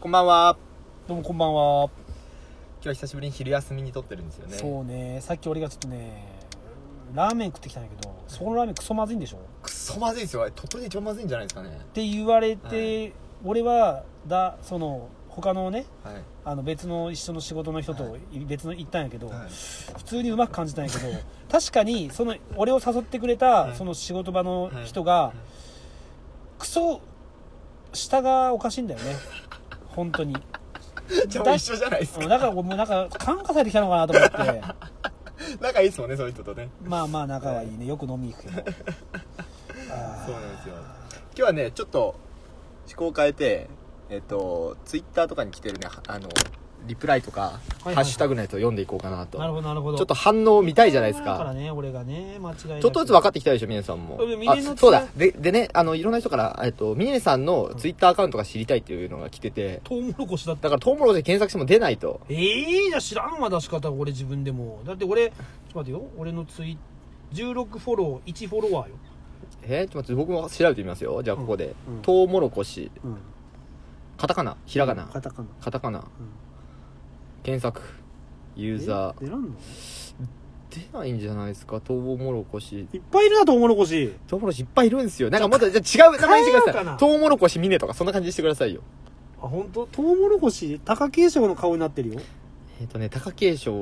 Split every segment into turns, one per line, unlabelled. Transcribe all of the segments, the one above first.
こんばんは
どうもこんばんは、
今日は久しぶりに昼休みに撮ってるんですよね
そうねさっき俺がちょっとねラーメン食ってきたんだけどそこのラーメンクソまずいんでしょっ
くそまずいですよあれ鳥取で一番まずいんじゃないですかね
て言われて、
は
俺はだその他のね
はい
あの別の一緒の仕事の人
は
と別の行ったんやけど、
はい
普通にうまく感じたんやけど確かにその俺を誘ってくれ
は
た
い
その仕事場の人が、
い
クソ下がおかしいんだよね本当 に
じゃあもう 一緒じゃないです
う
か
んなんかもうなんか感化されてきたのかなと思って
仲いいですもんねそういう人とね
まあまあ仲はいいねよく飲みに行くけどあ
そ
ー
うなんですよ今日はねちょっと思考を変えてえっとツイッターとかに来てるねあのリプライとか、
いはい
ハッシュタグのやつを読んでいこうかなと
なるほどなるほど
ちょっと反応を見たいじゃないです
だか
から
ね俺がね間違いなく
ちょっとずつ分かってきたでしょ、ミネさんも
うんミ。
あ
ネの、
そうだ。で、でね、あの、いろんな人から、えっと、ミネさんのツイッターアカウントが知りたいっていうのが来てて、
トウモロコシだった
だからトウモロコシで検索しても出ないと。
ええじゃ知らんわ出し方俺自分でもだって俺ちょっと待ってよ俺のツイ16フォロー1フォロワーよ
えー、ちょっと待って、僕も調べてみますよ。じゃあ、ここで
うんうん。
トウモロコシ、
うん
カタカナ、ひらがな、
タカナ
カタカナ、検索、ユーザー。
出らんの
出ないんじゃないですか、トウモロコシ。
いっぱいいるなトウモロコシ
トウモロコシいっぱいいるんですよ。なんかもっと、じゃあ違う名前にしてく
変えよ
だ
うか
さい。ト
な
ウモロコシミネとか、そんな感じにしてくださいよ。
あ本当トウモロコシ貴景勝の顔になってるよ
えっ、とね、貴景勝、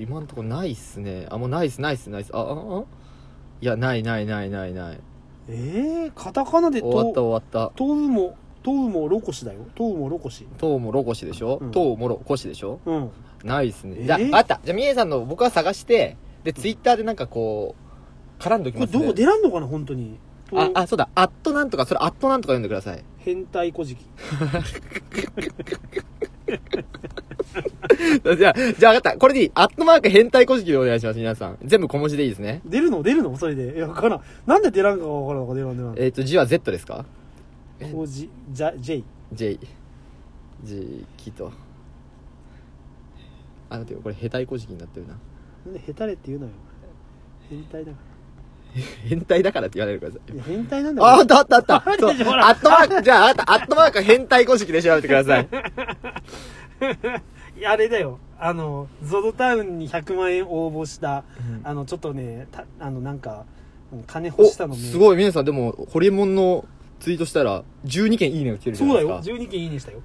今んとこないっすね。あ、もうないっす、ないっす、ないっす。あ、あ、あいや、ない、ない、ない、ない、ない。
ええカタカナで
終わった、終わった。
トウモトウモロコシだよトウモロコシ
とうもろこしでしょ、
うん
とうもろこしでしょ
うん
ないっすね。
えー
じゃあ、あった。じゃあ、みえさんの僕は探して、で、ツイッターでなんかこう、絡んどき
こ
ま
れ
すね。
どこ出らんのかな本当に
あ、あ、そうだ。アットなんとか、それアットなんとか読んでください。
変態古事記
じゃあ、じゃあ、分かった。これでいい。アットマーク変態古式でお願いします、皆さん。全部小文字でいいですね。
出るの出るのそれで。いや、わからん。なんで出らんかわからんか出らん出らん。
えっ、と、字は Z ですかえ
こうじ、じゃ、J。
J J キとあ待ってよこれヘタイ古式になってるな
なんでヘタレって言うのよ。変態だか
変態だからって言わないでください
ら。いや、変態なんだ
ああ
よ。
ったあったあった
ある
そう
でしょほら
アットマークじゃああったアットマーク変態古式で調べてください
いやあれだよ。あの、ゾゾタウンに100万円応募した、あの、ちょっとね、たあの、なんか、うん金欲
お
しさのね。
すごい皆さんでもホリエモンのツイートしたら12件いいねが来てるじゃ
そう
ない
だ
ですか
よ。12件いいねしたよ。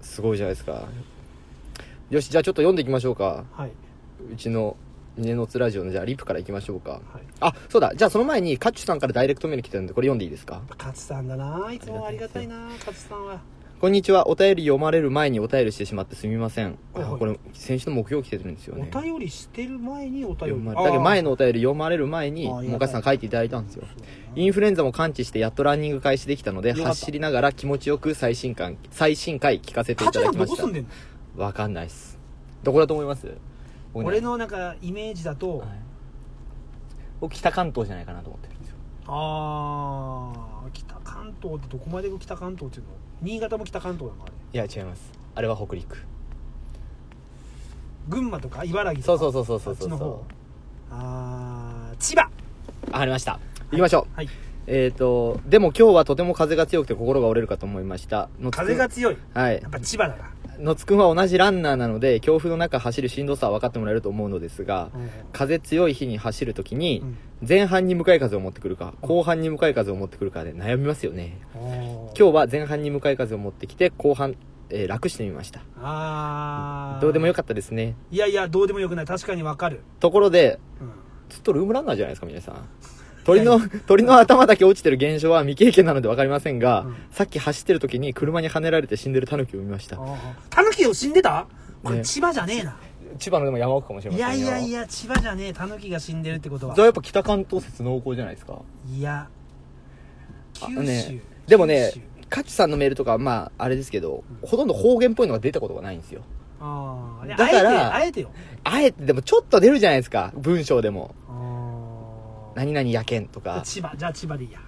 すごいじゃないですかよしじゃあちょっと読んでいきましょうか
はい。
うちの峰のつラジオのじゃあリップからいきましょうか
はい。
あそうだじゃあその前にカッチュさんからダイレクトメール来てるんでこれ読んでいいですか
勝さんだな。いつもありがたいな、勝さんは。
こんにちは。お便り読まれる前にお便りしてしまってすみません。
はいはい
あこれ、先週の木曜来てるんですよね。
お便りしてる前にお便
読
り。
まれだけど前
の。
のお便り読まれる前に、
あーあり
もか
がたい
しさん書いていただいたんですよ。
そう
インフルエンザも完治してやっとランニング開始できたので、
よかった
走りながら気持ちよく最新感、最新回聞かせてい
勝
ただ
さん
きま
どこ
し
住んで
た。
んの
わかんないっす。どこだと思います僕ね
俺のなんかイメージだと、
はい僕、北関東じゃないかなと思ってるんですよ。
あー北関東ってどこまでが北関東っていうの新潟も北関東なのあれ
いや、違います。あれは北陸。
群馬とか茨城
そ
と
う
か
そうそうそうそう
あっちの
そ
方あー千葉
う。わかりました。行きましょう。
はい
えー、と、でも今日はとても風が強くて心が折れるかと思いました。のつくん
風が強い
はい
やっ。ぱ千葉だな、
のつくんは同じランナーなので、強風の中走るしんどさは分かってもらえると思うのですが、風強い日に走るときに、前半に向かい風を持ってくるか、後半に向かい風を持ってくるかで悩みますよね。
今
今日は前半に向かい風を持ってきて、後半、えー楽してみました。
あー
どうでもよかったですね。
いやいやどうでもよくない確かにわかる、
ところで、
うん
ずっとルームランナーじゃないですか、皆さん。鳥 の、鳥の頭だけ落ちてる現象は未経験なので分かりませんが、
うん
さっき走ってる時に車に跳ねられて死んでるタヌキを見ました。
タヌキを死んでたこれ
ね
千葉じゃねえな、
千葉のでも山奥かもしれま
い
せ
や
ん
い
よ。
やいや千葉じゃねえタヌキが死んでるってことは
じゃあやっぱ北関東説濃厚じゃないですか。
いや
あ
九州、
ねでもね
九州、
カチさんのメールとかはまあ、あれですけど、
うん
ほとんど方言っぽいのが出たことがないんですよ。
ああ
だから
あえてあえてよ
あえてでもちょっと出るじゃないですか、文章でも。
あ
何々やけんと
あ
か。
千葉じゃあ千葉でいいや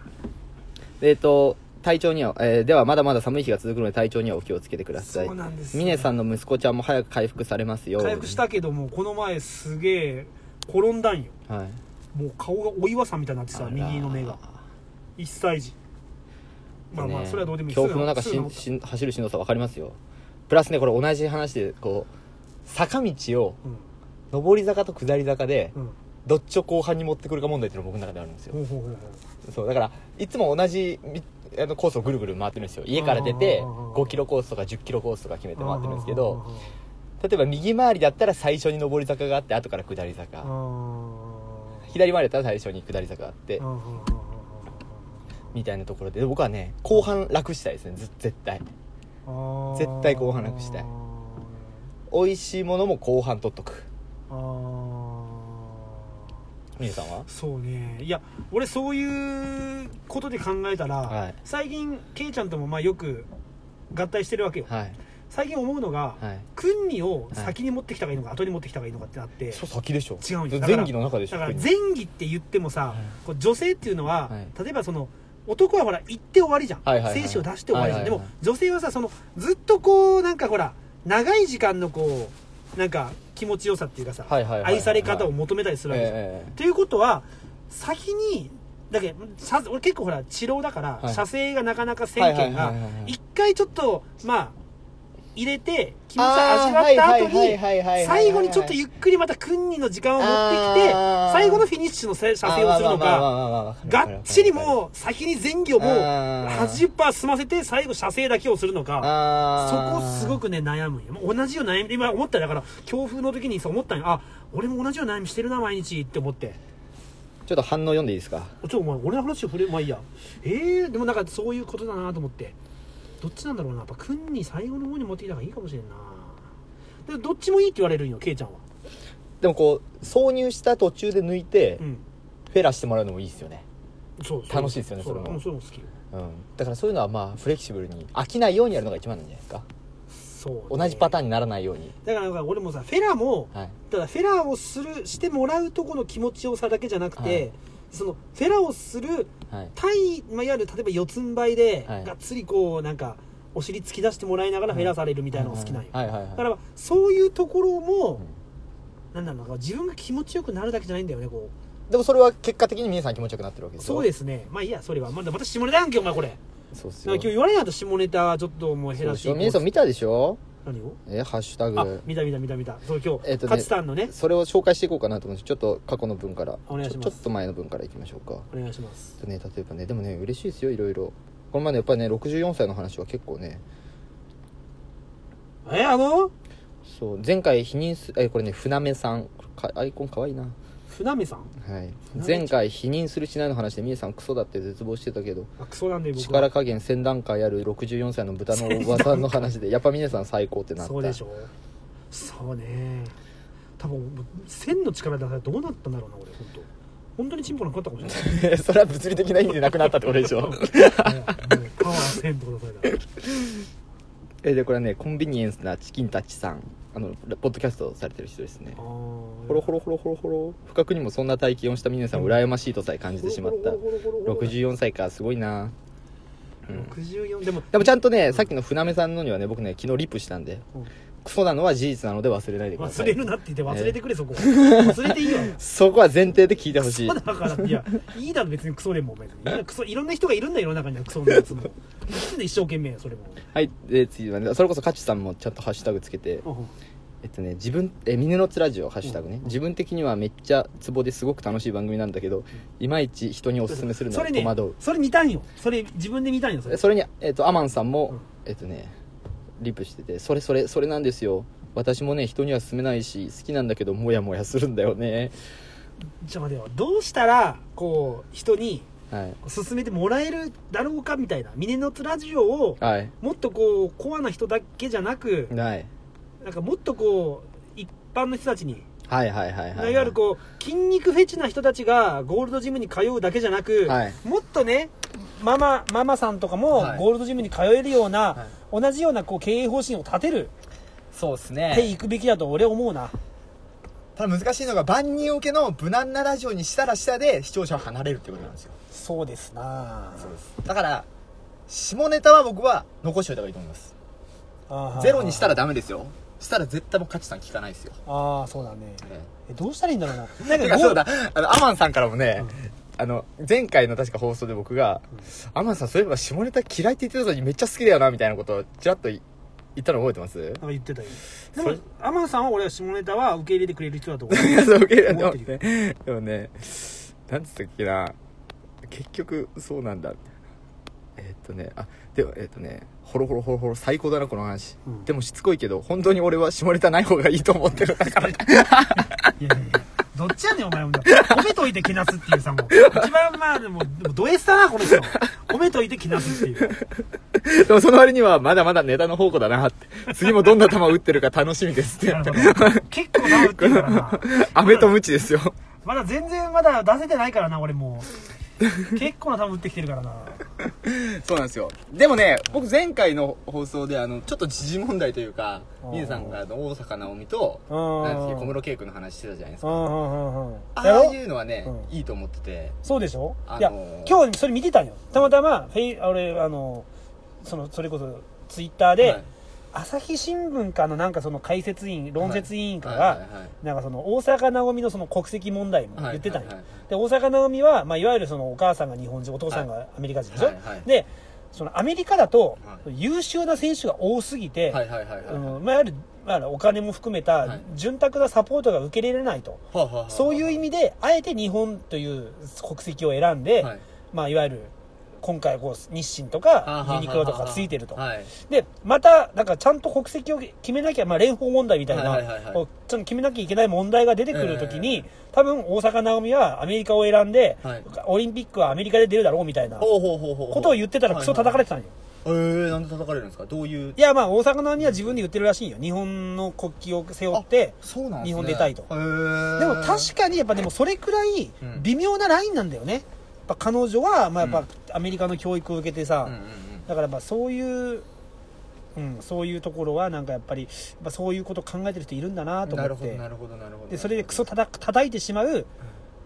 えっ、と、体調には、えーではまだまだ寒い日が続くので体調にはお気をつけてください
そう。なんです
ミネさ
ん
んの息子ちゃんも早く回復されますよ。
回復したけどもこの前すげえ転んだんよ
はい。
もう顔がお岩さんみたいになって
あ
さ
ら
右の目が1歳児まあまあそれはどうでもいい
強風の中
すぐ
し
治っ
ん
た
しん走るしんどさ分かりますよプラスねこれ同じ話でこう坂道を
うん
上り坂と下り坂で
うん
どっちを後半に持ってくるか問題っていうのが僕の中であるんですよ、
ほうほうほうほう
そうだからいつも同じみあのコースをぐるぐる回ってるんですよ家から出て
あー
5キロコースとか1 0キロコースとか決めて回ってるんですけ
あ
ど例えば右回りだったら最初に上り坂があって後から下り
ー
坂
あー
左回りだったら最初に下り坂があって
あー
みたいなところで僕はね後半楽したいですねず絶対
あー
絶対後半楽したい美味しいものも後半取っとく
あー
みゆさんは
そうねいや俺そういうことで考えたら、
はい
最近ケイちゃんともまあよく合体してるわけよ
はい
最近思うのが、
はい
訓にを先に持ってきた方がいいのか、後に持ってきた方がいいのかってなって
そう先でしょ
違うんですだから
前儀の中でしょ
だから
特に
前儀って言ってもさ、
はい
こう女性っていうのは、
はい
例えばその男はほら行って終わりじゃん、
はいはいはい
精子を出して終わりじゃん、
はいはいはい
でも女性はさそのずっとこうなんかほら長い時間のこうなんか気持ちよさっていうかさ、
はいはいはいはい
愛され方を求めたりするわけじゃん、
ええ
ということは先にだけどさ俺結構ほら治療だから、
はい
射精がなかなか
は
1000件が
いはいはいはい
一回ちょっとまあ入れて気持ちを味わった後に最後にちょっとゆっくりまた訓にの時間を持ってきて
あー
最後のフィニッシュのせ射精をするのか
か
がっちりもう先に前儀をもう80%済ませて最後射精だけをするのかそ
あ
こすご
く
くね悩むんよもう同じような悩み今思ったよだから強風の時にそう思ったんよあ俺も同じような悩みしてるな毎日って思って
ちょっと反応読んでいいですか
ちょお前俺の話を触れまあいいやえー、でもなんかそういうことだなと思ってどっちなんだろうなやっぱ君に最後の方に持ってきた方がいいかもしれんなでどっちもいいって言われるんよケイちゃんは
でもこう挿入した途中で抜いて
うん
フェラしてもらうのもいいですよね
そうそう
楽しいですよね
そう
それも
うんそういうの好き
うんだからそういうのはまあフレキシブルに飽きないようにやるのが一番なんじゃないですか
そう、
同じパター
ン
ンにならないように
だからなんか俺もさフェラも
はい
ただフェラをするしてもらうとこの気持ちよさだけじゃなくて、
はい
そのフェラをする
はい
体、まあ、いわゆる例えば四つん這いで、
はい
がっつりこうなんかお尻突き出してもらいながらフェラされるみたいなのが好きなんよ、
はいはいはい
だからそういうところも
うん、
なんだろうな自分が気持ちよくなるだけじゃないんだよねこ
でもそれは結果的に皆さん気持ちよくなってるわけ
う
ですよ
そうですねまあいいやそれはまだまた下ネタやんけお前これだか
そうっす
ら
よ
今日言われないと下ネタはちょっともう減
そう
ら
で
し
して
い
ょ
こう
皆さん見たでしょ
何を
えハッシュタ
あ
グ
見た見た見た見たそう今日、
えっとね
勝さんのね
それを紹介していこうかなと思うんですちょっと過去の文から
お願いしま
ちょ
す
ちょっと前の文からいきましょうか
お願いします
ね例えばねでもね嬉しいですよいろいろこの前ねやっぱりね64歳の話は結構ね
えあの
そう前回否認すえこれね船目さんかアイコンかわいいな
船目さん
はい
船目ちゃん
前回否認するしないの話でみえさんクソだって絶望してたけど
あクソなんで僕は
力加減1000段階ある64歳の豚のおばさんの話でやっぱみえさん最高ってなった
そうでしょそうね多分線の力だからどうなったんだろうな俺本当本当にチンポなくなったかもしれな い
それは物理的な意味でなくなったってことでしょ
ねもうパワー線ってことだそれだ
えでこれはねコンビニエンスなチキンタッチさんあのポッドキャストされてる人ですね
あー
ほろほろほろほろほろ不覚にもそんな体験をした皆さんを羨ましいとさえ感じてしまった
ほろほろほろほろほろ
64歳かすごいなうん
64でも
でもちゃんとねさっきの船目さんのにはね僕ね昨日リップしたんで
うん
クソなのは事実なので忘れないでくださ
忘
い
れるなって言って忘れてくれそこ忘れてい いよ
そこは前提で聞いてほしい
そうだからいやいいだろ別にクソでもお前いやクソいろんな人がいるんだよ世の中にはクソのやつもなんで一生懸命それも
はいで次はねそれこそカチさんもちゃんとハッシュタグつけて
うん
えっとね自分えミネノツラジオハッシュタグね自分的にはめっちゃツボですごく楽しい番組なんだけどいまいち人におすすめするの
そ
は
れ
戸
ね
惑う
それ見たんよそれ自分で見たんよそれ
それに、えっとアマンさんも、
うん
えっとねリプしてて「それそれそれなんですよ私もね人には勧めないし好きなんだけどモヤモヤするんだよね
ちょっと待てよどうしたらこう人に」
はい
勧めてもらえるだろうかみたいな「ミネノツラジオ」を
はい
もっとこうコアな人だけじゃなく
はい
なんかもっとこう一般の人たちに、
はいはいはいはい
いわゆるこう筋肉フェチな人たちがゴールドジムに通うだけじゃなく、
はい
もっとねママママさんとかも
はい
ゴールドジムに通えるような、
は
同じようなこう経営方針を立てる
そうです
で行くべきだと俺思うな、
ただ難しいのが万人受けの無難なラジオにしたら下で視聴者は離れるってことなんですよ
そうですな
ですだから下ネタは僕は残しておいた方がいいと思います
あー
たらダメですよしたら絶対もう勝さん聞かないですよ
ああそうだねえどうしたらいいんだろうななん
てか
かゴ
そう
ー
だあのアマンさんからもね、あの前回の確か放送で僕が
うん
「天野さんそういえば下ネタ嫌いって言ってたのにめっちゃ好きだよな」みたいなことをちらっとい言ったの覚えてます
なんか言ってたよで
それ
も天野さんは俺は下ネタは受け入れてくれる人だと思う
いやそう受け入れ
思って
でもねでもねなんつったっけな結局そうなんだえっとねあではえっとねホロホロホロホロ最高だなこの話、
うん
でもしつこいけど本当に俺は下ネタない方がいいと思ってるだ から
いやいやいやどっちやねんお前も褒めといてけなすっていうさもう一番まあでもでもド S だなこの人褒めといてけなすっていう
でもその割にはまだまだネタの宝庫だなって次もどんな球打ってるか楽しみですって
なるほど結構な打ってるからな
飴とムチですよ
まだ全然まだ出せてないからな俺もう結構な球打ってきてるからな
そうなんですよでもね僕前回の放送であのちょっと時事問題というか
あー
峰さんがあの大坂なおみと
あー
なんですけど小室圭君の話してたじゃないですか
うんうんうんうん
あ
やろ
あいうのはね、
うん
いいと思ってて
そうでしょ、
あのー
いや今日それ見てたんよたまたまフェイ俺あのそのそれこそツイッターで、
はい
朝日新聞かのなんかその解説委員論説委員かが、
はいはいはい
なんかその大坂なおみのその国籍問題も言ってたんよ、
はいはい
で大坂なおみは、まあ、いわゆるそのお母さんが日本人お父さんがアメリカ人でしょ、
はいはい
でそのアメリカだと、
は
優秀な選手が多すぎて、
はいはいはいはいはいはい
うんまあ、いわゆる、まあ、お金も含め
は
た
い
潤沢なサポートが受け入れられないと、
はあはあはあ
そういう意味であえて日本という国籍を選んで、
はいい
まあ、いわゆる今回こう日清と
はあはあ
か
はあはあ
ユニクロとかついてると、
はい
でまたなんかちゃんと国籍を決めなきゃ、まあ、連邦問題みたいな、
はいはいはいはい
こうちゃんと決めなきゃいけない問題が出てくるときに、
え
多分大坂なおみはアメリカを選んで、
はい
オリンピックはアメリカで出るだろうみたいなこ
ほうほうほうほう
とを言ってたらクソ叩かれてたんよ、い
たえー、なんで叩かれるんですかどういう
やまあ大坂なおみは自分で言ってるらしいよ日本の国旗を背負って
そうなんですね
日本出たいと
へー
でも確かにやっぱでもそれくらい
うん
微妙なラインなんだよね、やっぱ彼女はまあやっぱアメリカの教育を受けてさ、
うんうんうん
だからまあそういう、うん、そういうところはなんかやっぱり、まあ、そういうことを考えてる人いるんだなと
な
思
る
っ
ほど
て
なるほどなるほど
でそれでクソたた叩いてしまう、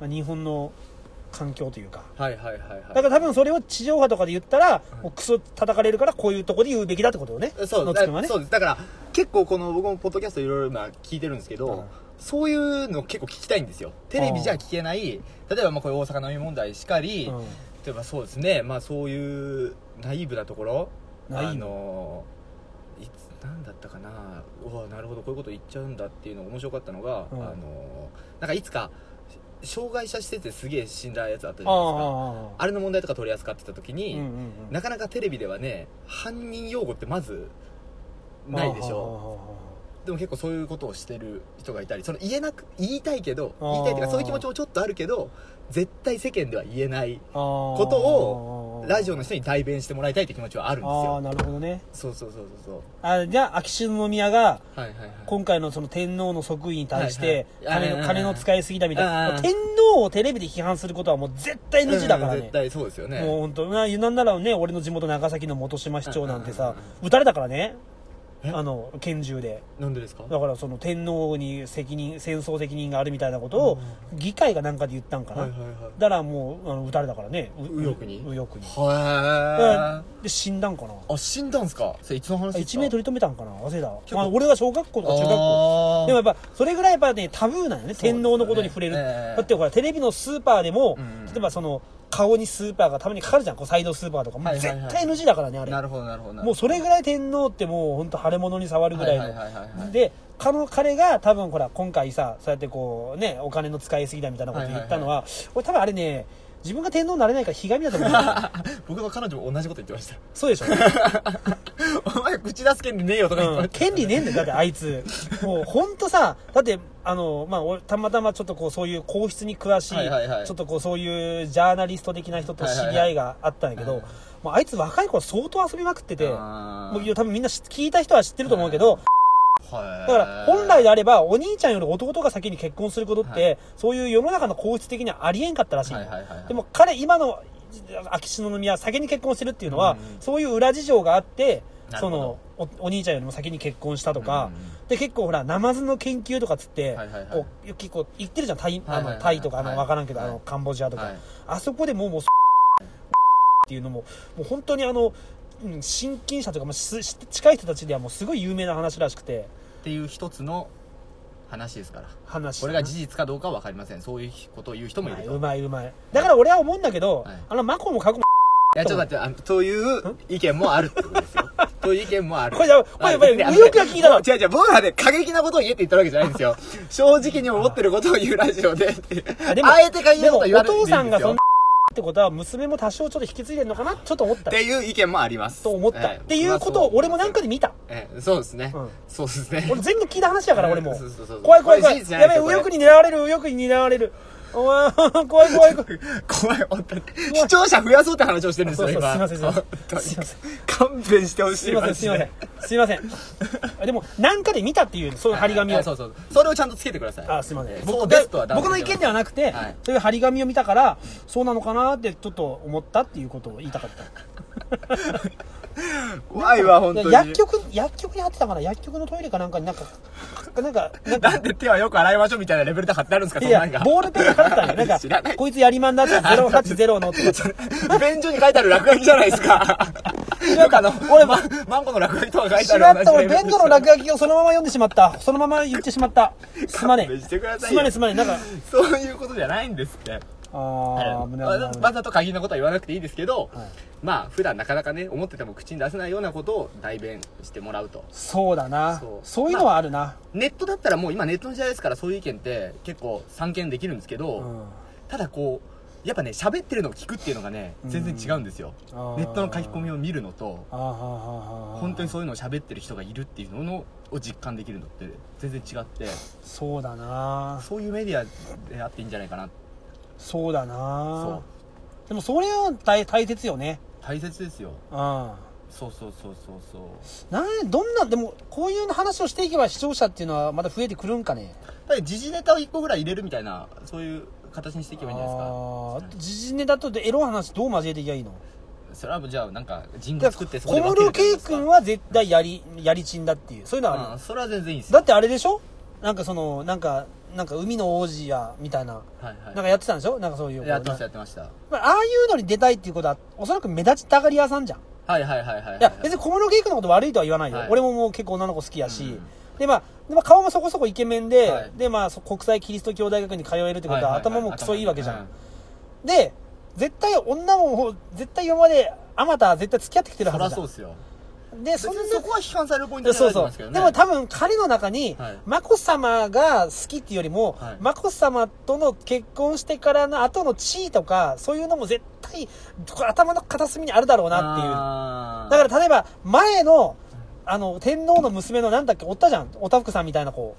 まあ、日本の環境というか
はいはいはいはい
だから多分それを地上波とかで言ったら、もうクソ叩かれるからこういうとこで言うべきだってことよね
そう
の
だ
つくんはね
そうですだから結構この僕もポッドキャストいろいろ今聞いてるんですけど、
うん
そういうの結構聞きたいんですよテレビじゃ聞けない例えばまあこういう大阪の飲み問題しかり、
うん
例えばそうですねまあそういうナイーブなところ
ナイー
あ
ブ
のいつなんだったかなうわなるほどこういうこと言っちゃうんだっていうのが面白かったのが、
うん
あのなんかいつか障害者施設ですげえ死んだやつあったじゃ
あ
ないですか
あああ
あれの問題とか取り扱ってた時
う
に、
んうんうん
なかなかテレビではね犯人用語ってまずないでしょでも結構そういうことをしてる人がいたりその言えなく言いたいけど
あー
言いたいというかそういう気持ちもちょっとあるけど絶対世間では言えない
こと
をラジオの人に代弁してもらいたいって気持ちはあるんです
ああ
よ
なるほどね
そうそうそうそう
あじゃあ秋篠宮が
そうはいはいはい
今回のその天皇の即位に対して
はいはいあ
金
ー
の金の使いすぎだみたい
あ
な
ー
天皇をテレビで批判することはもう絶対
うん
NG だから
絶
ね
対そうですよね
もう本当ななんならね俺の地元長崎の本島市長なんて
うんう
さ
んうん
撃たれたからね
え
あの拳銃で
なんでですか
だからその天皇に責任戦争責任があるみたいなことを議会がなんかで言ったんか
はいはい
な
は
だからもうあの撃たれたからねう
右翼に
右翼にだから
い
で死んだんかな
へえあ死んだんすかそれいつの話です
1
か
名取り留めたんかな忘れた、
結構
まあ、俺は小学校とか中学校
あー
でもやっぱそれぐらいやっぱねタブーなんよね
そうですよね
天皇のことに触れる、
ええ
だってほらテレビのスーパーでも、
うん
例えばその顔にスーパーがたまにかかるじゃんこうサイドスーパーとかも
は
う
いはい
絶
はい
対 NG だからねあれ、
なるほどなるほどなるほど
もうそれぐらい天皇ってもう本当腫れ物に触るぐらいの、
はいはいはいはいはい
でかの彼が多分ほら今回さそうやってこうねお金の使いすぎだみたいなこと言ったのは,、俺多分あれね自分が天皇になれないからひがみだ と思うんだよ
僕の彼女も同じこと言ってました
そうでしょ
お前口出す権利ねえよとか言ってま
うん
した
権利ねえんだよだってあいつもうほんとさだってあのまあ俺たまたまちょっとこうそういう皇室に詳しい,、
はいはいはい
ちょっとこうそういうジャーナリスト的な人と知り合いがあったんだけど、
はいはい
もうあいつ若い頃相当遊びまくってて
あ
も
ー
う多分みんな知聞いた人は知ってると思うけど、
はい
だから本来であればお兄ちゃんより弟が先に結婚することって、
は
そういう世の中の皇室的にはありえんかったらしい,、
はいはいはいはい
でも彼今の秋篠宮先に結婚してるっていうのは、
うんうん
そういう裏事情があって
なる
そ
ほど
のおお兄ちゃんよりも先に結婚したと
う
か、
んうん
で結構ほらナマズの研究とかっつって、
はいはいはい
こう結構行ってるじゃんタイ
はいはいはい
あのタイとかあの
はい
分からんけど、
はい
あのカンボジアとか、
はい
あそこでもうもうっていうのももう本当にあのうん親近者というか、まあ、す近い人たちではもうすごい有名な話らしくて。
っていう一つの話ですから
話
これが事実かどうかは分かりませんそういうことを言う人もいると、
う
い、
まいうまいだから俺は思うんだけど、
はい
あのマコも過去も
やちょっと待ってあのそういう意見もあるってことですよそういう意見もある
これやばいこれやばい
あ
右翼が聞いたな
違う違う僕はね過激なことを言えって言ったわけじゃないんですよ正直に思ってることを言うラジオで
あでも
あえて過激
で
なこ
もお
と言わない
父さんがそ
ん
んな
で
ってことは娘も多少ちょっと引き継いでるのかなちょっと思っ
すよったていう意見もあります
と思った、
ええ
っていうこと
まあ
を俺もなんかで見た、
ええそうですね、
うん
そうですね
俺全部聞いた話やから俺も、
そうそうそう
怖い怖い怖
これ
い
事実じゃな
や
いで
べ
す
え
よ
右翼に狙われる右翼に狙われるうわー怖い怖い怖い
怖い、本当に。視聴者増やそうって話をしてるんです
そう
よ、
そう
今。
すいませんすいません
本当に
すいません
勘弁してほし
す
い
いませんすいませんすいませんあでもなんかで見たっていうそういう張り紙を
あそうそう。それをちゃんとつけてください。
あすいません
そうですとは
僕の意見ではなくて、
はい
そういう張り紙を見たからそうなのかなってちょっと思ったっていうことを言いたかった
怖いわ、本当に。
薬局薬局に貼ってたから薬局のトイレかなんかになんかなんかなんか
なんで手はよく洗いましょうみたいなレベルで貼ってあるんですか、
い
そんな
や
んが。
ボールペンで貼ってたんだよな ん
知らな
か
い
こいつやりまんだってゼロ8ゼ ロのって
便所に書いてある落書きじゃないですか。
違うか
よくあの
俺
ま、マンゴーの落書きとは書いて
し
ある
ま
同
っ
じ
た俺
レベル
便所の落書きをそのまま読んでしまったそのまま言ってしまったすまね
勘
え
弁してくださいよ
すまねえすまね えなんか
そういうことじゃないんですって。
ああ
はい
胸
わざ
を
わざと過激なことは言わなくていいですけど、
はい
まあ普段なかなかね思ってても口に出せないようなことを代弁してもらうと
そうだな
そう
そういうのはあるな、
ネットだったらもう今ネットの時代ですからそういう意見って結構散見できるんですけど、
うん
ただこうやっぱね喋ってるのを聞くっていうのがね全然違うんですよ、
うんあー
ネットの書き込みを見るのと
あーはーはーはー
本当にそういうのを喋ってる人がいるっていうののを実感できるのって全然違って
そうだな
そういうメディアであっていいんじゃないかな
そうだ
そ
な
う
でもそれは大大切よね
大切ですよ
うんな
そうそうそうそうそうん
どんなでもこういう話をしていけば視聴者っていうのはまた増えてくるんかね
やっぱり時事ネタを1個ぐらい入れるみたいなそういう形にしていけばいいんじゃないですか
あー時事ネタとでエロい話どう交えていけばいいの
それはもうじゃあなんか人
だ
工
か
作って
ら
そこで
小
分け
室
る
圭君
は
は絶対やりやりちんだっていうそういうのはある
あそれは全然いいです
だ
よ
ってあれでしょなんかそのなんかなんか海の王子やみたいな
はい
なん
は
かやってたんでしょなんかそういう
いやってましたや
な
ってました
まあああいうのに出たいっていうことはおそらく目立ちたがり屋さんじゃん
はいはいはいはい
いや、別に小室圭君のこと悪いとは言わないよ。
はい
俺ももう結構女の子好きやし。
うん
で、まあ、でまあ、顔もそこそこイケメンで、
はい
で、まあ、そ国際キリスト教大学に通えるってことは、頭もクソいいわけじゃん。
う
で、絶対女ももう、絶対今まで、あまた絶対付き合ってきてる
そ
は
りゃ
ずじ
そう
ゃ
んですよ
で、
そ
そんな、
そこは批判されるポイントじゃ
そ
な
う
いと思い
そ
ますけど
う。
ね
でも多分彼の中に
はい、
眞子さまが好きっていうよりも、
はい
眞子さまとの結婚してからの後の地位とか、そういうのも絶対、頭の片隅にあるだろうなっていう。
な
だから例えば前のあの天皇の娘のなんだっけおったじゃんおたふくさんみたいな子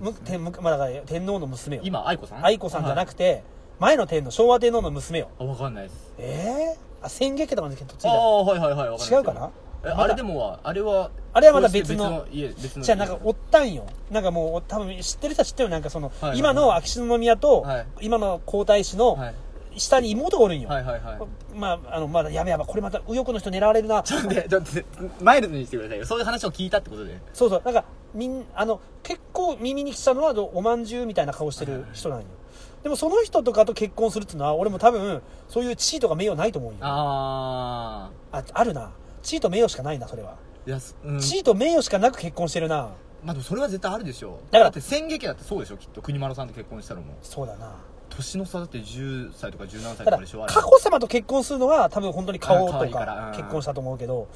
む天むまあだから天皇の娘よ
今愛子さん
愛子さんじゃな
く
くて、前の天皇昭和天皇の娘よ
あ分かんないです
ええあ千月家とかの時にとっつい
あ
たよ
あはいはいはいわんないです
違うかな
え
まだ
あれでもはあれは
あれはまだ別の
こうして別の家別の家
じゃあなんかおったんよなんかもう多分知ってる人は知ってるよなんかその、
いはい
今の秋篠宮と、
はい
今の皇太子の
はい
下に妹がおるんよ、
はいはいはい
まああのまだやべやばこれまた右翼の人狙われるな
ちょっと待ってちょっと待ってマイルドにしてくださいよそういう話を聞いたってことで
そうそう、なんか、みん、あの、結構耳に来たのはど、おまんじゅうみたいな顔してる人なんよ。でも、その人とかと結婚するっていうのは、俺も多分、そういう地位とか名誉ないと思うんよ。あ
ああ
あ、るな。地位と名誉しかないな、それは。
いやすうん
地位と名誉しかなく結婚してるな。
まあでもそれは絶対あるでしょだ
だから
って宣言家だってそうでしょきっと国丸さんと結婚したのも
そうだな。
年の差だって10歳とか17歳
た
と
だ
かでしょあれ
佳子さまと結婚するのは、多分本当に顔
あ可
と
愛いから
か
うん
結婚したと思うけど、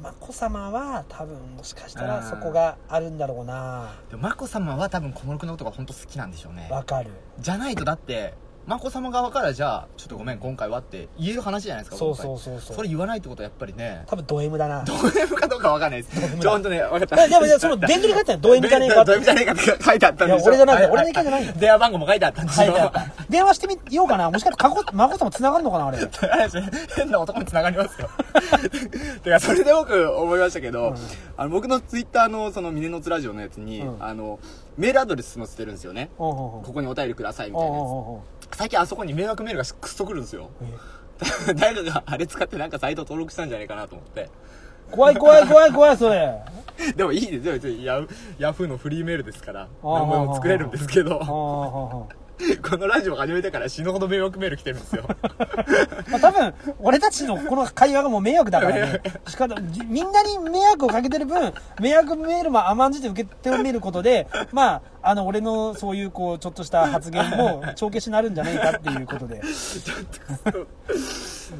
眞子さまは、多分、もしかした
う
ら
ん
そこがあるんだろうな。
でも眞子さまは多分小室君のことが本当好きなんでしょうね
わかる。
じゃないとだって眞子さま側からじゃあちょっとごめん今回はって言える話じゃないですか
そう
今
そ
回
うそうそう。
それ言わないってことはやっぱりね
多分、ド M だな。
ド M かどうかわかんない です
ムだ
ちょんとね分かっ
いや
た
でも、いやその、電気に書いてあるド
ド
M じゃねえかって
ド。M じゃねえかって書いてあったんでしょ
いや俺じゃないんだ
はい
俺の意見じゃないんだ
電話番号も書いてあったんでしょ
書いてあった。電話してみようかな。もしかし て、かこ、孫さんも繋がるのかな、あれ。
変な男に繋がりますよ てかそれで僕思いましたけど、
うん
あの僕のツイッターのその峰のつラジオのやつに、
うん
あのメールアドレス載せてるんですよね
おうおうおう
ここにお便りくださいみ
お
たいうなや
おうおう
つ最近あそこに迷惑メールがくっそくるんですよ
え
誰かがあれ使ってなんかサイト登録したんじゃないかなと思って
怖い怖い怖い怖い、それ。
でもいいですよ別にヤヤフーのフリーメールですから
あー
何枚も作れるんですけど
おうおうおう
このラジオ始めてから死ぬほど迷惑メール来てるんですよ。
まあ、多分俺たちのこの会話がもう迷惑だからねしかもじみんなに迷惑をかけてる分迷惑メールも甘んじて受け止めることでまああの俺のそういうこうちょっとした発言も帳消しになるんじゃないかっていうことで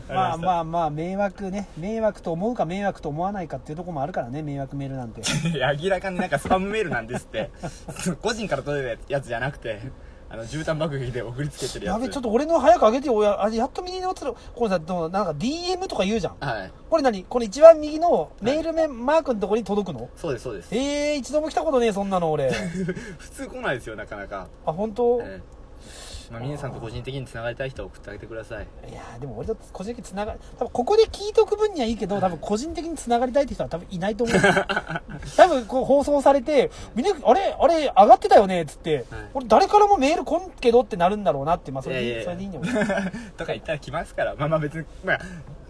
まあまあまあ迷惑ね迷惑と思うか迷惑と思わないかっていうところもあるからね迷惑メールなんて
いや明らかになんかスパムメールなんですって。個人から届いたやつじゃなくて、あの、絨毯爆撃で送りつけてるやつ。
やべちょっと俺の早く上げてよおやあれやっと右に乗ってたこれさでもなんか DM とか言うじゃん
はい。
これ何これ一番右のメールメンマークのところに届くの、
そうです、そうです。
ええ一度も来たことねえそんなの俺
普通来ないですよ、なかなか。
あ本当、
ええまあ、皆さんと個人的に繋がりたい人は送ってあげてください。
いやーでも俺と個人的につなが多分ここで聞いとく分にはいいけど多分個人的につながりたいって人は多分いないと思 う多分こう放送されてみんなあれあれ上がってたよねっつって、
はい
俺誰からもメール来んけどってなるんだろうなってまあそれでいい
いやいやいや
それでいいんじゃ
とか言ったら来ますから。まあまあ別に、まあ、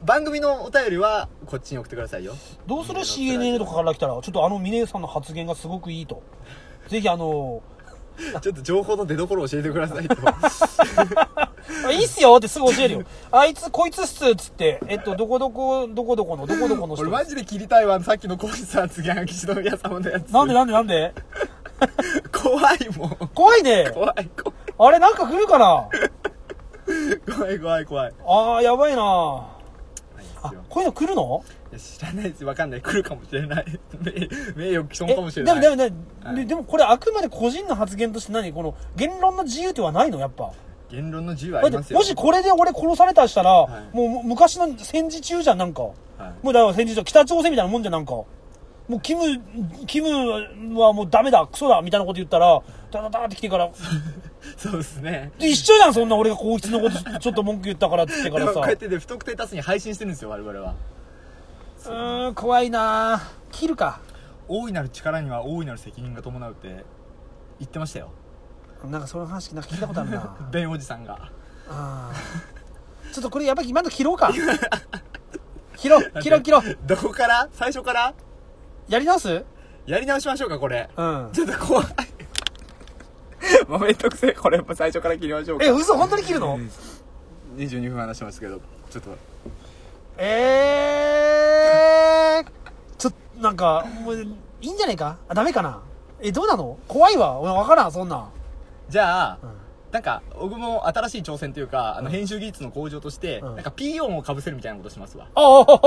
番組のお便りはこっちに送ってくださいよ。
どうする CNN とかから来たらちょっとあの峰さんの発言がすごくいいとぜひあの
ちょっと情報の出所を教えてくださ いと。
あいいっすよってすぐ教える よ。あいつ、こいつっすっつって、えっと、どこどこ、どこどこの、どこどこの人。
俺マジで切りたいわ、さっきのコンサート次は岸の宮様のやつ。
なんでなんでなんで
怖いもん。
怖いね。
怖い、怖、
あれ、なんか来るかない
怖い、怖い、怖い。
あー、やばいな
ないです
あ
よ、
こういうの来るの
いや知らないですわかんない来るかもしれない 名名誉毀損
え
かもしれ
で
ない
も、でも、でも
はい
ででもこれあくまで個人の発言として何この、言論の自由ってはないのやっぱ。
言論の自由はあ
だっ
ります
て、
よ
もしこれで俺殺されたりしたら、
い
もうもう昔の戦時中じゃん、なんか。
はい
もうだから戦時中、北朝鮮みたいなもんじゃんなんか。もうキム、キムはもうダメだ、クソだ、みたいなこと言ったら、ダダダーって来てから、
そうですね
で一緒じゃんそんな俺がこいつのことちょっと文句言ったからって言って
で
から
もこ
さ
うやってで不特定多数に配信してるんですよ我々は
うーん怖いなあ切るか
大いなる力には大いなる責任が伴うって言ってましたよ
なんかその話なんか聞いたことあるな
ベンおじさんが
あーちょっとこれやっぱり今の切ろうか切ろう切ろう切ろう
どこから最初から
やり直す
やり直しましょうかこれ
うん
ちょっと怖い もうめんどくせえこれも最初から切りましょう
え嘘本当に切るの
22分話してますけどちょっと
えー、ちょっとなんかもういいんじゃないかあダメかなえどうなの怖いわ俺分からんそんなん
じゃあ、
うん
なんか僕も新しい挑戦というか、あの編集技術の向上として、
うん
なんか P 音をかぶせるみたいなことしますわ、
お
あ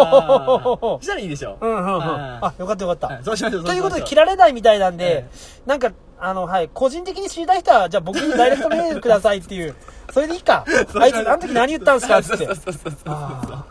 お
ーしたらいいでしょ、
うんうんうん
あー
あよかったよかった、
はいそうしましょう
ということで切
ら
られないみたいなんで
え、
なんか、あの、はい、個人的に知りたい人は、じゃあ僕にダイレクトメールくださいっていう、それでい いか。あいつ、あの時何言ったんですかっつって。ああ。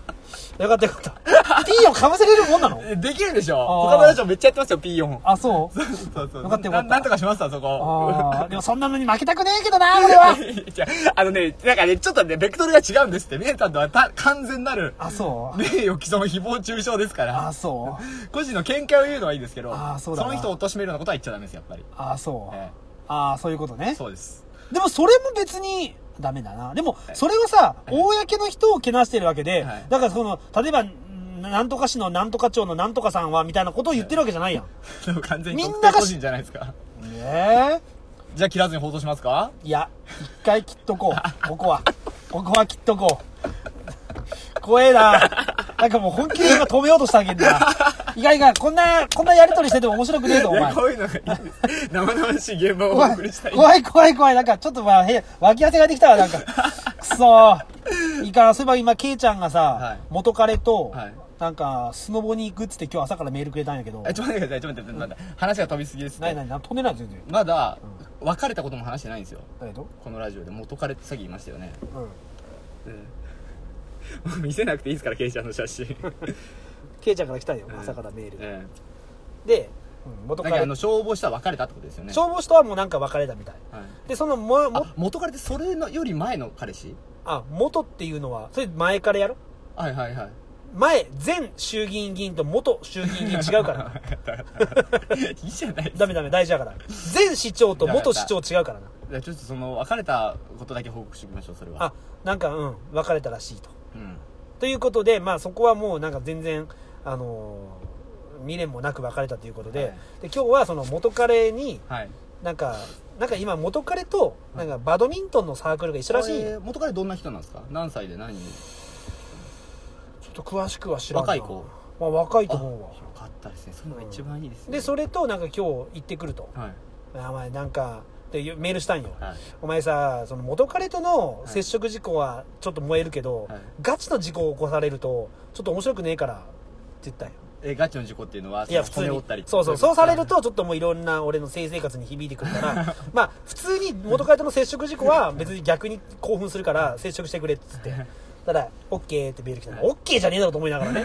よかったよかった。P をかぶせれるもんなの
できるでしょ
あー
他のラジオめっちゃやってますよ P 音
あ、そう
そ うそうそう
よかったよか
な
った
なんとかしましたそこ
ああ。でもそんなのに負けたくねえけどな、 俺は。
じゃあのねなんかねちょっとねベクトルが違うんですって皆さんとはた完全なる
あ、そう。
名誉毀損誹謗中傷ですか
あ、
ら
そう。
個人の見解を言うのはいいですけど
あーそうだな
の人を貶めるようなことは言っちゃダメですやっぱり、
あ、そう。
え
ああ、そういうことね
え。そうです
でもそれも別にダメだな。でも、それはさ、公の人をけなしてるわけで、
はい
だからその、例えば、んなんとか市のなんとか町のなんとかさんは、みたいなことを言ってるわけじゃないやん。
でも完全に
みん
特
な
定
が
個人じゃないですか
え
じゃあ切らずに放送しますか
えいや、一回切っとこう。ここは。ここは切っとこう。怖えな。なんかもう本気で今止めようとしたわけだ。いかいか、こんな、こんなやりとりしてても面白くねえぞ、
い
お
や
前。
こういうのがいいです生々しい現場をお
怖い
送りしたい、
怖い怖い怖い。なんかちょっとまあ、へ脇汗ができたわ、なんか。くそー。いいか、そういえば今、ケイちゃんがさ、
はい
元彼と、
はい
なんか、スノボに行くっつって今日朝からメールくれたんやけど
え、ちょっと待ってくださいちょっと待って待って待って話が飛びすぎです
ないないない、飛んでない全然。
まだ別れたことも話してないんですよ
誰と
このラジオで元彼ってさっき言いましたよね、
うん。
もう 見せなくていいですからケイちゃんの写 真、
ケイちゃんから来たんよ、
うん
朝からメール。
え
で、うん
え
元
なんか
彼
あの消防したら別れたってことですよね、
消防士とはもうなんか別れたみたい
はい、
でそのもも
あ元彼ってそれのより前の彼氏
あ元っていうのはそれ前からやろ
はいはい はい
前前衆議院議員と元衆議院議員違うからな
いいじゃないですか
ダメダメ大事だから前市長と元市長違うからな
じゃあちょっとその別れたことだけ報告しておきましょうそれは
あなんかうん別れたらしいと
うん
ということでまあそこはもうなんか全然あのー未練もなく別れたということで,、
はい
で今日はその元彼に
はい
なんかなんか今元彼となんかバドミントンのサークルが一緒らしいんよ
えー元彼どんな人なんですか何歳で何
ちょっと詳しくは知らんな
若い子
まあ、若いと思うわ
あよかったですねそれが一番いいですね
でそれとなんか今日行ってくると
はい
「あお前なんか」でメールしたんよ
はい
「お前さその元彼との接触事故はちょっと燃えるけど、
はい
ガチの事故を起こされるとちょっと面白くねえから」って言ったんよ
えガチの事故っていうのはい
や普通
骨折
に
ったりとか
そうそうそうされる
は
とちょっともういろんな俺の性生活に響いてくるから まあ普通に元彼との接触事故は別に逆に興奮するから接触してくれっ つってただ「オッケーってメール来たの「オッケーじゃねえだろと思いながら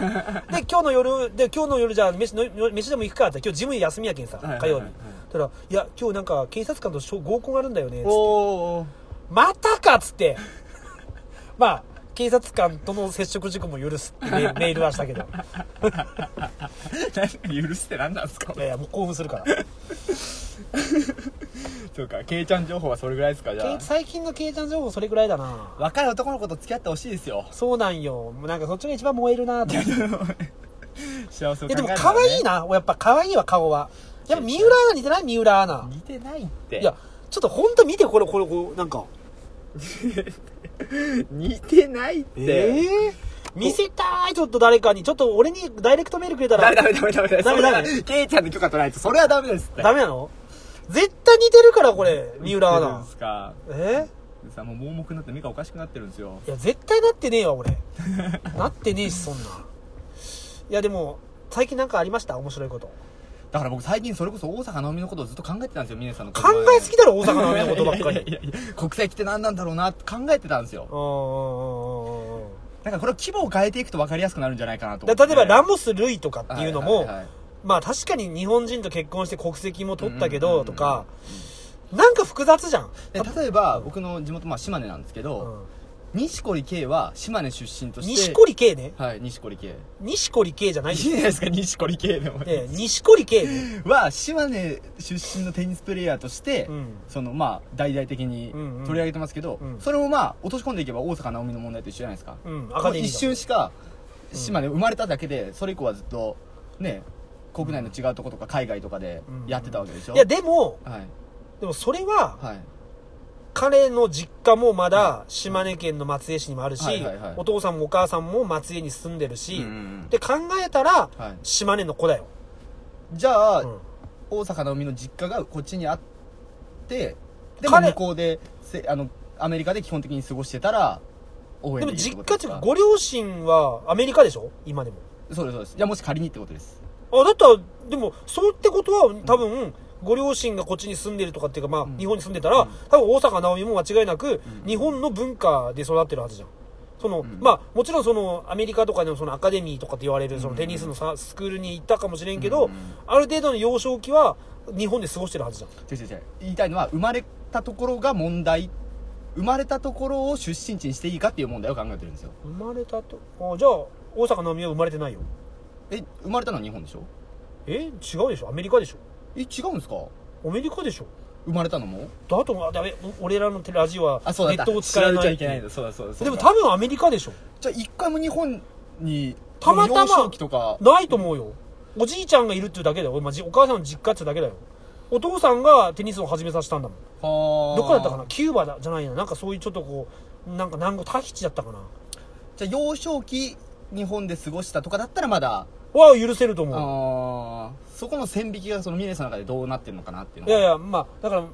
ねで今日の夜で今日の夜じゃあ飯の飯でも行くかって今日ジム休みやけんさ
いはいはい
火曜日
はい
たら「いや今日なんか警察官と合コンあるんだよね」つって
おーおー
またかっつって。 まあ、警察官との接触事故も許すってメメールはしたけど。
何許すって何なんですか
いやいや、もう興奮するから。
そうかケイちゃん情報はそれぐらいですかじゃあ
最近のケイちゃん情報それぐらいだな。
若い男の子と付き合ってほしいですよ
そうなんよ。もうなんかそっちが一番燃えるなと思って。い
幸せを考える
や、で
の
も
はね
可愛いな。やっぱ可愛いわ、顔は。やっぱ三浦アナ似てない三浦アナ。
似てないって
いや、ちょっとほんと見て、これ、これ、こう、なんか。
似てないって
え見せたい、ちょっと誰かに。ちょっと俺にダイレクトメールくれた
ダ
ら。
メダメダメダメダメ
ダメダメ
それはケイちゃんの許可取らないとそれはダメですって
ダメなの絶対似てるから、これ、三浦ア
似てるん
ナ
で。すか
え
さもう盲目になって目がおかしくなってるんですよ
いや絶対なってねえわ俺なってねえしそんないやでも最近なんかありました面白いこと
だから僕最近それこそ大阪直美のことをずっと考えてたんですよ峰さんの
考えすぎだろ大阪のねことばっか
いや
り
いやいや国籍って何なんだろうなって考えてたんですよ
うんうんうんうんうん
なんかこれを規模を変えていくと分かりやすくなるんじゃないかなと
だ
思
か
っ
ら例
て
えばラモス・ルイとかっていうのも、
ははは
まあ確かに日本人と結婚して国籍も取ったけ
うんうんうんう
ど
ん
とか、なんか複雑じゃん、
で例えば僕の地元まあ島根なんですけ
う
ど
ん、
錦織圭は島根出身として
錦織圭ね
はい錦織圭
錦織圭じゃ ない
いいじゃないですか錦織圭 でも
で錦織圭ね
は島根出身のテニスプレーヤーとして、
うん
そのまあ大々的に
うんうん
取り上げてますけど、
うん
それをまあ落とし込んでいけば大坂なおみの問題と一緒じゃないですか、
うんアカデミー
一
だ
瞬しか島根生まれただけでそれ以降はずっとね国内の違うとことか海外とかで
うん
やってたわけでしょ、
いやでも
はい
でもそれは
はい
彼の実家もまだ島根県の松江市にもあるし、
はいはいはい
お父さんもお母さんも松江に住んでるし、
うんうんうん
で考えたら
はい
島根の子だよ、
じゃあ、
うん
大阪の海の実家がこっちにあってでも
彼
向こうでせあのアメリカで基本的に過ごしてたら応
で
援
も
できる
実
っ
家
て
っ
ことで
ていう
す
か
か
ご両親はアメリカでしょ今でも
そうですそうですいやもし仮にってことです
あだったらでもそうってことは多分、ご両親がこっちに住んでるとかっていうか、まあ、
ん
日本に住んでたら、
うん
多分大阪直美も間違いなく、
うん
日本の文化で育ってるはずじゃん。その、
ん
まあ、もちろんその、アメリカとかでもそのアカデミーとかって言われる、そのテニスのさスクールに行ったかもしれんけど、
うん
ある程度の幼少期は、日本で過ごしてるはずじゃん。
違う違う違う言いたいのは生まれたところが問題生まれたところを出身地にしていいかっていう問題を考えてるんですよ
生まれたと、あじゃあ、大阪直美は生まれてないよ。
え生まれたのは日本でしょ
え違うでしょアメリカでしょ
え違うんですか
アメリカでしょ
生まれたのも
だと、あ、だめ、お俺らのテラジオは、ネ
あそうだ
ッ
った
トを使え
調べ
な
ちゃ
い。
いけないん
で
だそうだそうだそうだ
も多分アメリカでしょ
じゃあ一回も日本に
たまたま
幼少期とか
ないと思うよ。おじいちゃんがいるっていうだけだよ。お前じお母さんの実家っていうだけだよ。お父さんがテニスを始めさせたんだもん。
はあ
どこだったかなキューバだじゃないな。なんかそういうちょっとこう、なんか南国タヒチだったかな。
じゃあ幼少期日本で過ごしたとかだったらまだ、
は許せると思
あーそこの線引きがそのミネさんの中でどうなってるのかなっていう
う。い
の
やい
は
や、まあ、だから、うん。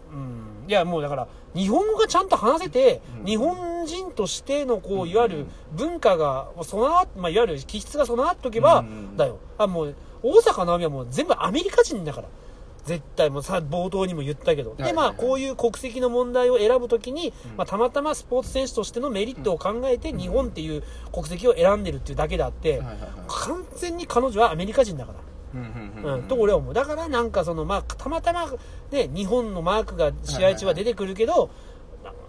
いや、もうだから、日本語がちゃんと話せて、日本人としての、こう、いわゆる文化が備わっ、まあ、いわゆる気質が備わっとけば、
うん
だよ。あ、もう、大阪直美はもう全部アメリカ人だから。絶対もうさ、冒頭にも言ったけど。
は
で、
いはい
ま
は
あ、
い
こういう国籍の問題を選ぶときに、まあ、たまたまスポーツ選手としてのメリットを考えて、日本っていう国籍を選んでるっていうだけであって
はい、はいはい
完全に彼女はアメリカ人だから。
うんうんうん
うん、と俺は思うだからなんかそのまあたまたまね日本のマークが試合中は出てくるけど、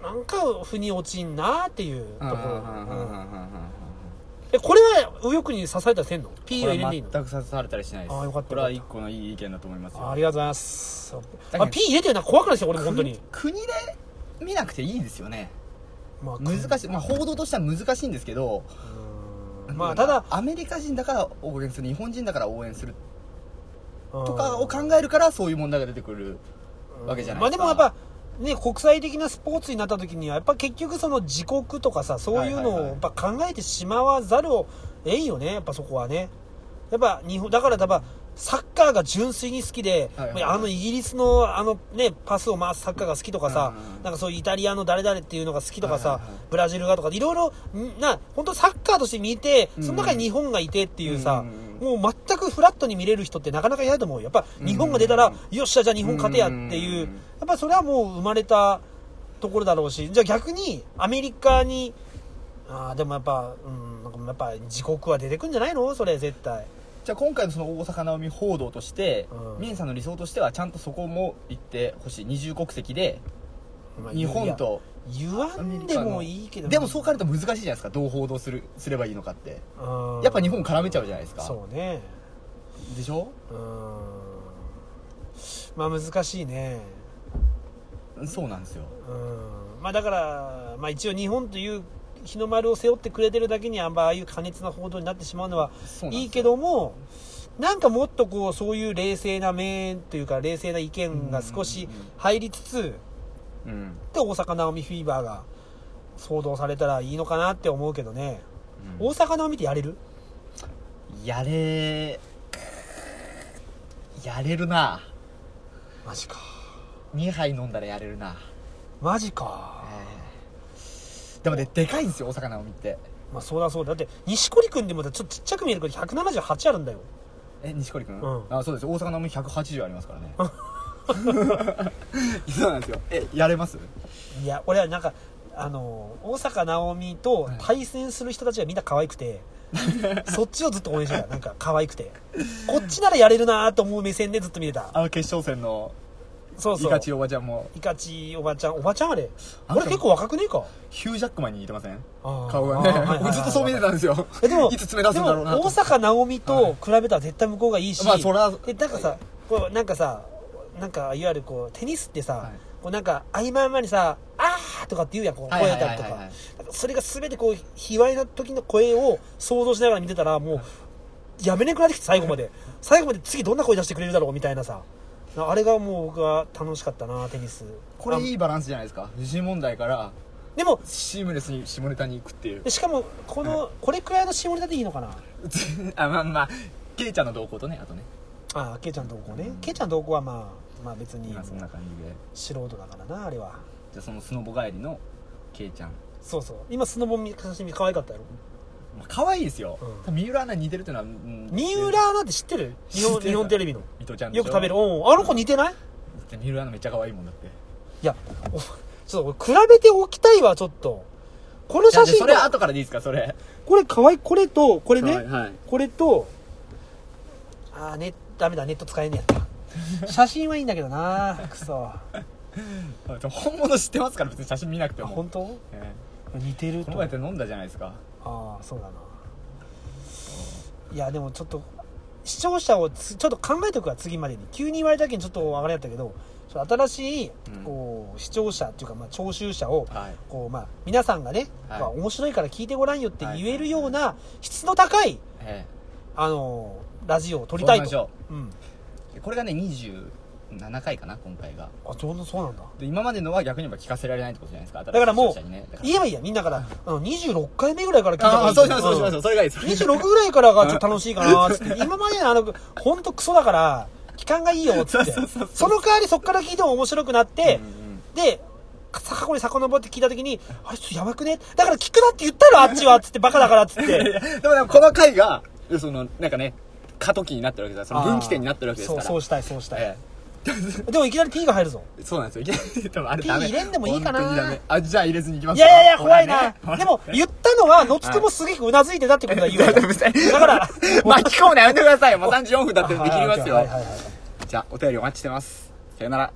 ななんか腑に落ちんなっていうとこ
うんう
ろ、
んうんうんうんうん
うん
うん
えこれは右翼に支えたりせんの P を入れ
こ
ていい
れ
の
全く刺されたりしないです
あーよかった
これは一個のいい意見だと思いますよ
あありがとうございます
だけ
あ
ど
P 入れてるな怖くなってきた俺も本当に、
国で見なくていいですよね
まあ
難しい、まあ、報道としては難しいんですけど
うんまあただ
アメリカ人だから応援する日本人だから応援する
と
とかを考えるからそういう問題が出てくるわけじゃない
まあ
で
です
か
もやっぱね国際的なスポーツになった時にはやっぱ結局その自国とかさそういうの
はいは
を
いはい
やっぱ考えてしまわざるをえんよねやっぱそこはねやっぱ日本だから多分サッカーが純粋に好きで、
はいはいはい
あのイギリスのあの、ね、パスを回すサッカーが好きとかさ、
うんうんうん
なんかそういうイタリアの誰々っていうのが好きとかさ、
はいはいはい
ブラジルがとかいろいろんな本当サッカーとして見てその中に日本がいてっていうさ、
うん
もう全くフラットに見れる人ってなかなかいないと思うよやっぱ日本が出たら、
うん
よっしゃじゃあ日本勝てやってい
う
う、
ん
やっぱりそれはもう生まれたところだろうしじゃあ逆にアメリカにあーでもやっぱ、うん、なんかやっぱ自国は出てくんじゃないのそれ絶対
じゃあ今回のその大坂なおみ報道として、
うん
ミネさんの理想としてはちゃんとそこも行ってほしい二重国籍で日本と
いや言わんでもいいけど
でもそう考えると難しいじゃないですかどう報道するすればいいのかって
うん
やっぱ日本絡めちゃうじゃないですか
そうね
でしょ
うんまあ難しいね
そうなんですよ
うんまあだから、まあ、一応日本という日の丸を背負ってくれてるだけにあんまああいう過熱な報道になってしまうのは
そうなんですよ
いいけどもなんかもっとこうそういう冷静な面というか冷静な意見が少し入りつつ
うん
で大阪なおみフィーバーが騒動されたらいいのかなって思うけどね
うん
大阪なおみってやれる
やれやれるな
マジか
2杯飲んだらやれるな、
マジか、
でもねでかいんですよ大阪なおみって
まあそうだそうだだって錦織君でもちょっとちっちゃく見えるけど178あるんだよ
え錦織君、
うん
あそうです大阪なおみ180ありますからね そうなんですよえやれます
いや俺はなんかあの大坂なおみと対戦する人たちがみんな可愛くて、そっちをずっと応援してたなんか可愛くてこっちならやれるなと思う目線でずっと見てた
あの決勝戦の
そう
イ
そう
カチおばちゃんも
イカチおばちゃんおばちゃんあれ
あ
あ
の人
れ結構若くねえか
ヒュージャックマンに似てません
あー
顔が
あーはいはいは
ね
い
僕 ずっとそう見てたんですよ
えで も
いつ爪出すんだろうな
で
と
も大阪なおみと比べたら絶対向こうがいいし、
まあそら
でなんかさこうなんかさなんかいわゆるこうテニスってさ、
はい
こうなんか合間合間にさ「あー!」とかって言うやんこう
はい
声
はい
当
はい
た
は
り
い
とかなんかそれが全てこう卑猥な時の声を想像しながら見てたらもうやめなくなってきて最後まで最後まで次どんな声出してくれるだろうみたいなさあれがもう僕は楽しかったなテニス
これ
あ
いいバランスじゃないですか自信問題から
でも
シームレスに下ネタに行くっていう
しかもこのこれくらいの下ネタでいいのかな
あまあまあケイちゃんの動向とねあとね
ああケイちゃん同行ねケイちゃん同行はまあまあ別に
今そんな感じで
素人だからなあれは
じゃあそのスノボ帰りのケイちゃんそう
そうそう今スノボ見写真可愛かったやろ
まあ可愛いですよ
うん
多分三浦アナに似てるっていうのはうん
三浦なんて知ってる日
知
本
ってる
日本テレビの
伊藤ちゃんでし
よ
ょ
く食べるうんあの子似てない
三浦アナめっちゃ可愛いもんだって
いやおちょっと俺比べておきたいわちょっとこの写
じゃあ
真
それ後からでいいですかそれ
これかわいこれとこれね、
はいはい
これとああねダメだネット使えねえやった写真はいいんだけどなくそあ
あでも本物知ってますから別に写真見なくても
本当
え
似て
え
る
ことの前って飲んだじゃないですか
ああそうだないやでもちょっと視聴者をつちょっと考えておくわ次までに急に言われたけにちょっとあれやったけどちょっと新しい
うん
こう視聴者っていうかまあ聴衆者を
はい
こうまあ皆さんがね、
はい
まあ面白いから聞いてごらんよって言えるような質の高い、
え
あのーラジオを撮りたい
そうしましょ
と
う
うん
えこれがね27回かな今回が
あそうなそうなんだ
で今までのは逆に言えば聞かせられないってことじゃないですかだ
からもう
い
言えばいいやみんなからあの26回目ぐらいから聞いた
ああそうしましょうそうしまし
す
ょうそれがいいです
26ぐらいからがちょっと楽しいかなっつ って、今までのあの、ほんとクソだから、期間がいいよっつっ
そうそ
て、
うそうそう
その代わりそっから聞いても面白くなって
うん、うん
で、過去に遡って聞いたときに、あれ、ちょっとやばくねだから聞くなって言ったろ、あっちはっつって、バカだからっつっ
いや
て。
でもなんかこの回がそのなんかね過渡期になってるわけですからその分岐点になってるわけですから
そう、そうしたい、そうしたい
え。
でもいきなり P が入るぞ。
えそうなんですよでもあれダメ
ピー入れんでもいいかな
本当にダメあじゃあ入れずにいきます
い
か
やいやいや、怖いな。
ほらね
でも、言ったのは、のつくもすげえうなずいてたってことは言う よ。だ から、
巻き込むのやめてくださいもう34分経ってるんで切りますよ
はいはいはいはい
じゃあお便りお待ちしてますさよなら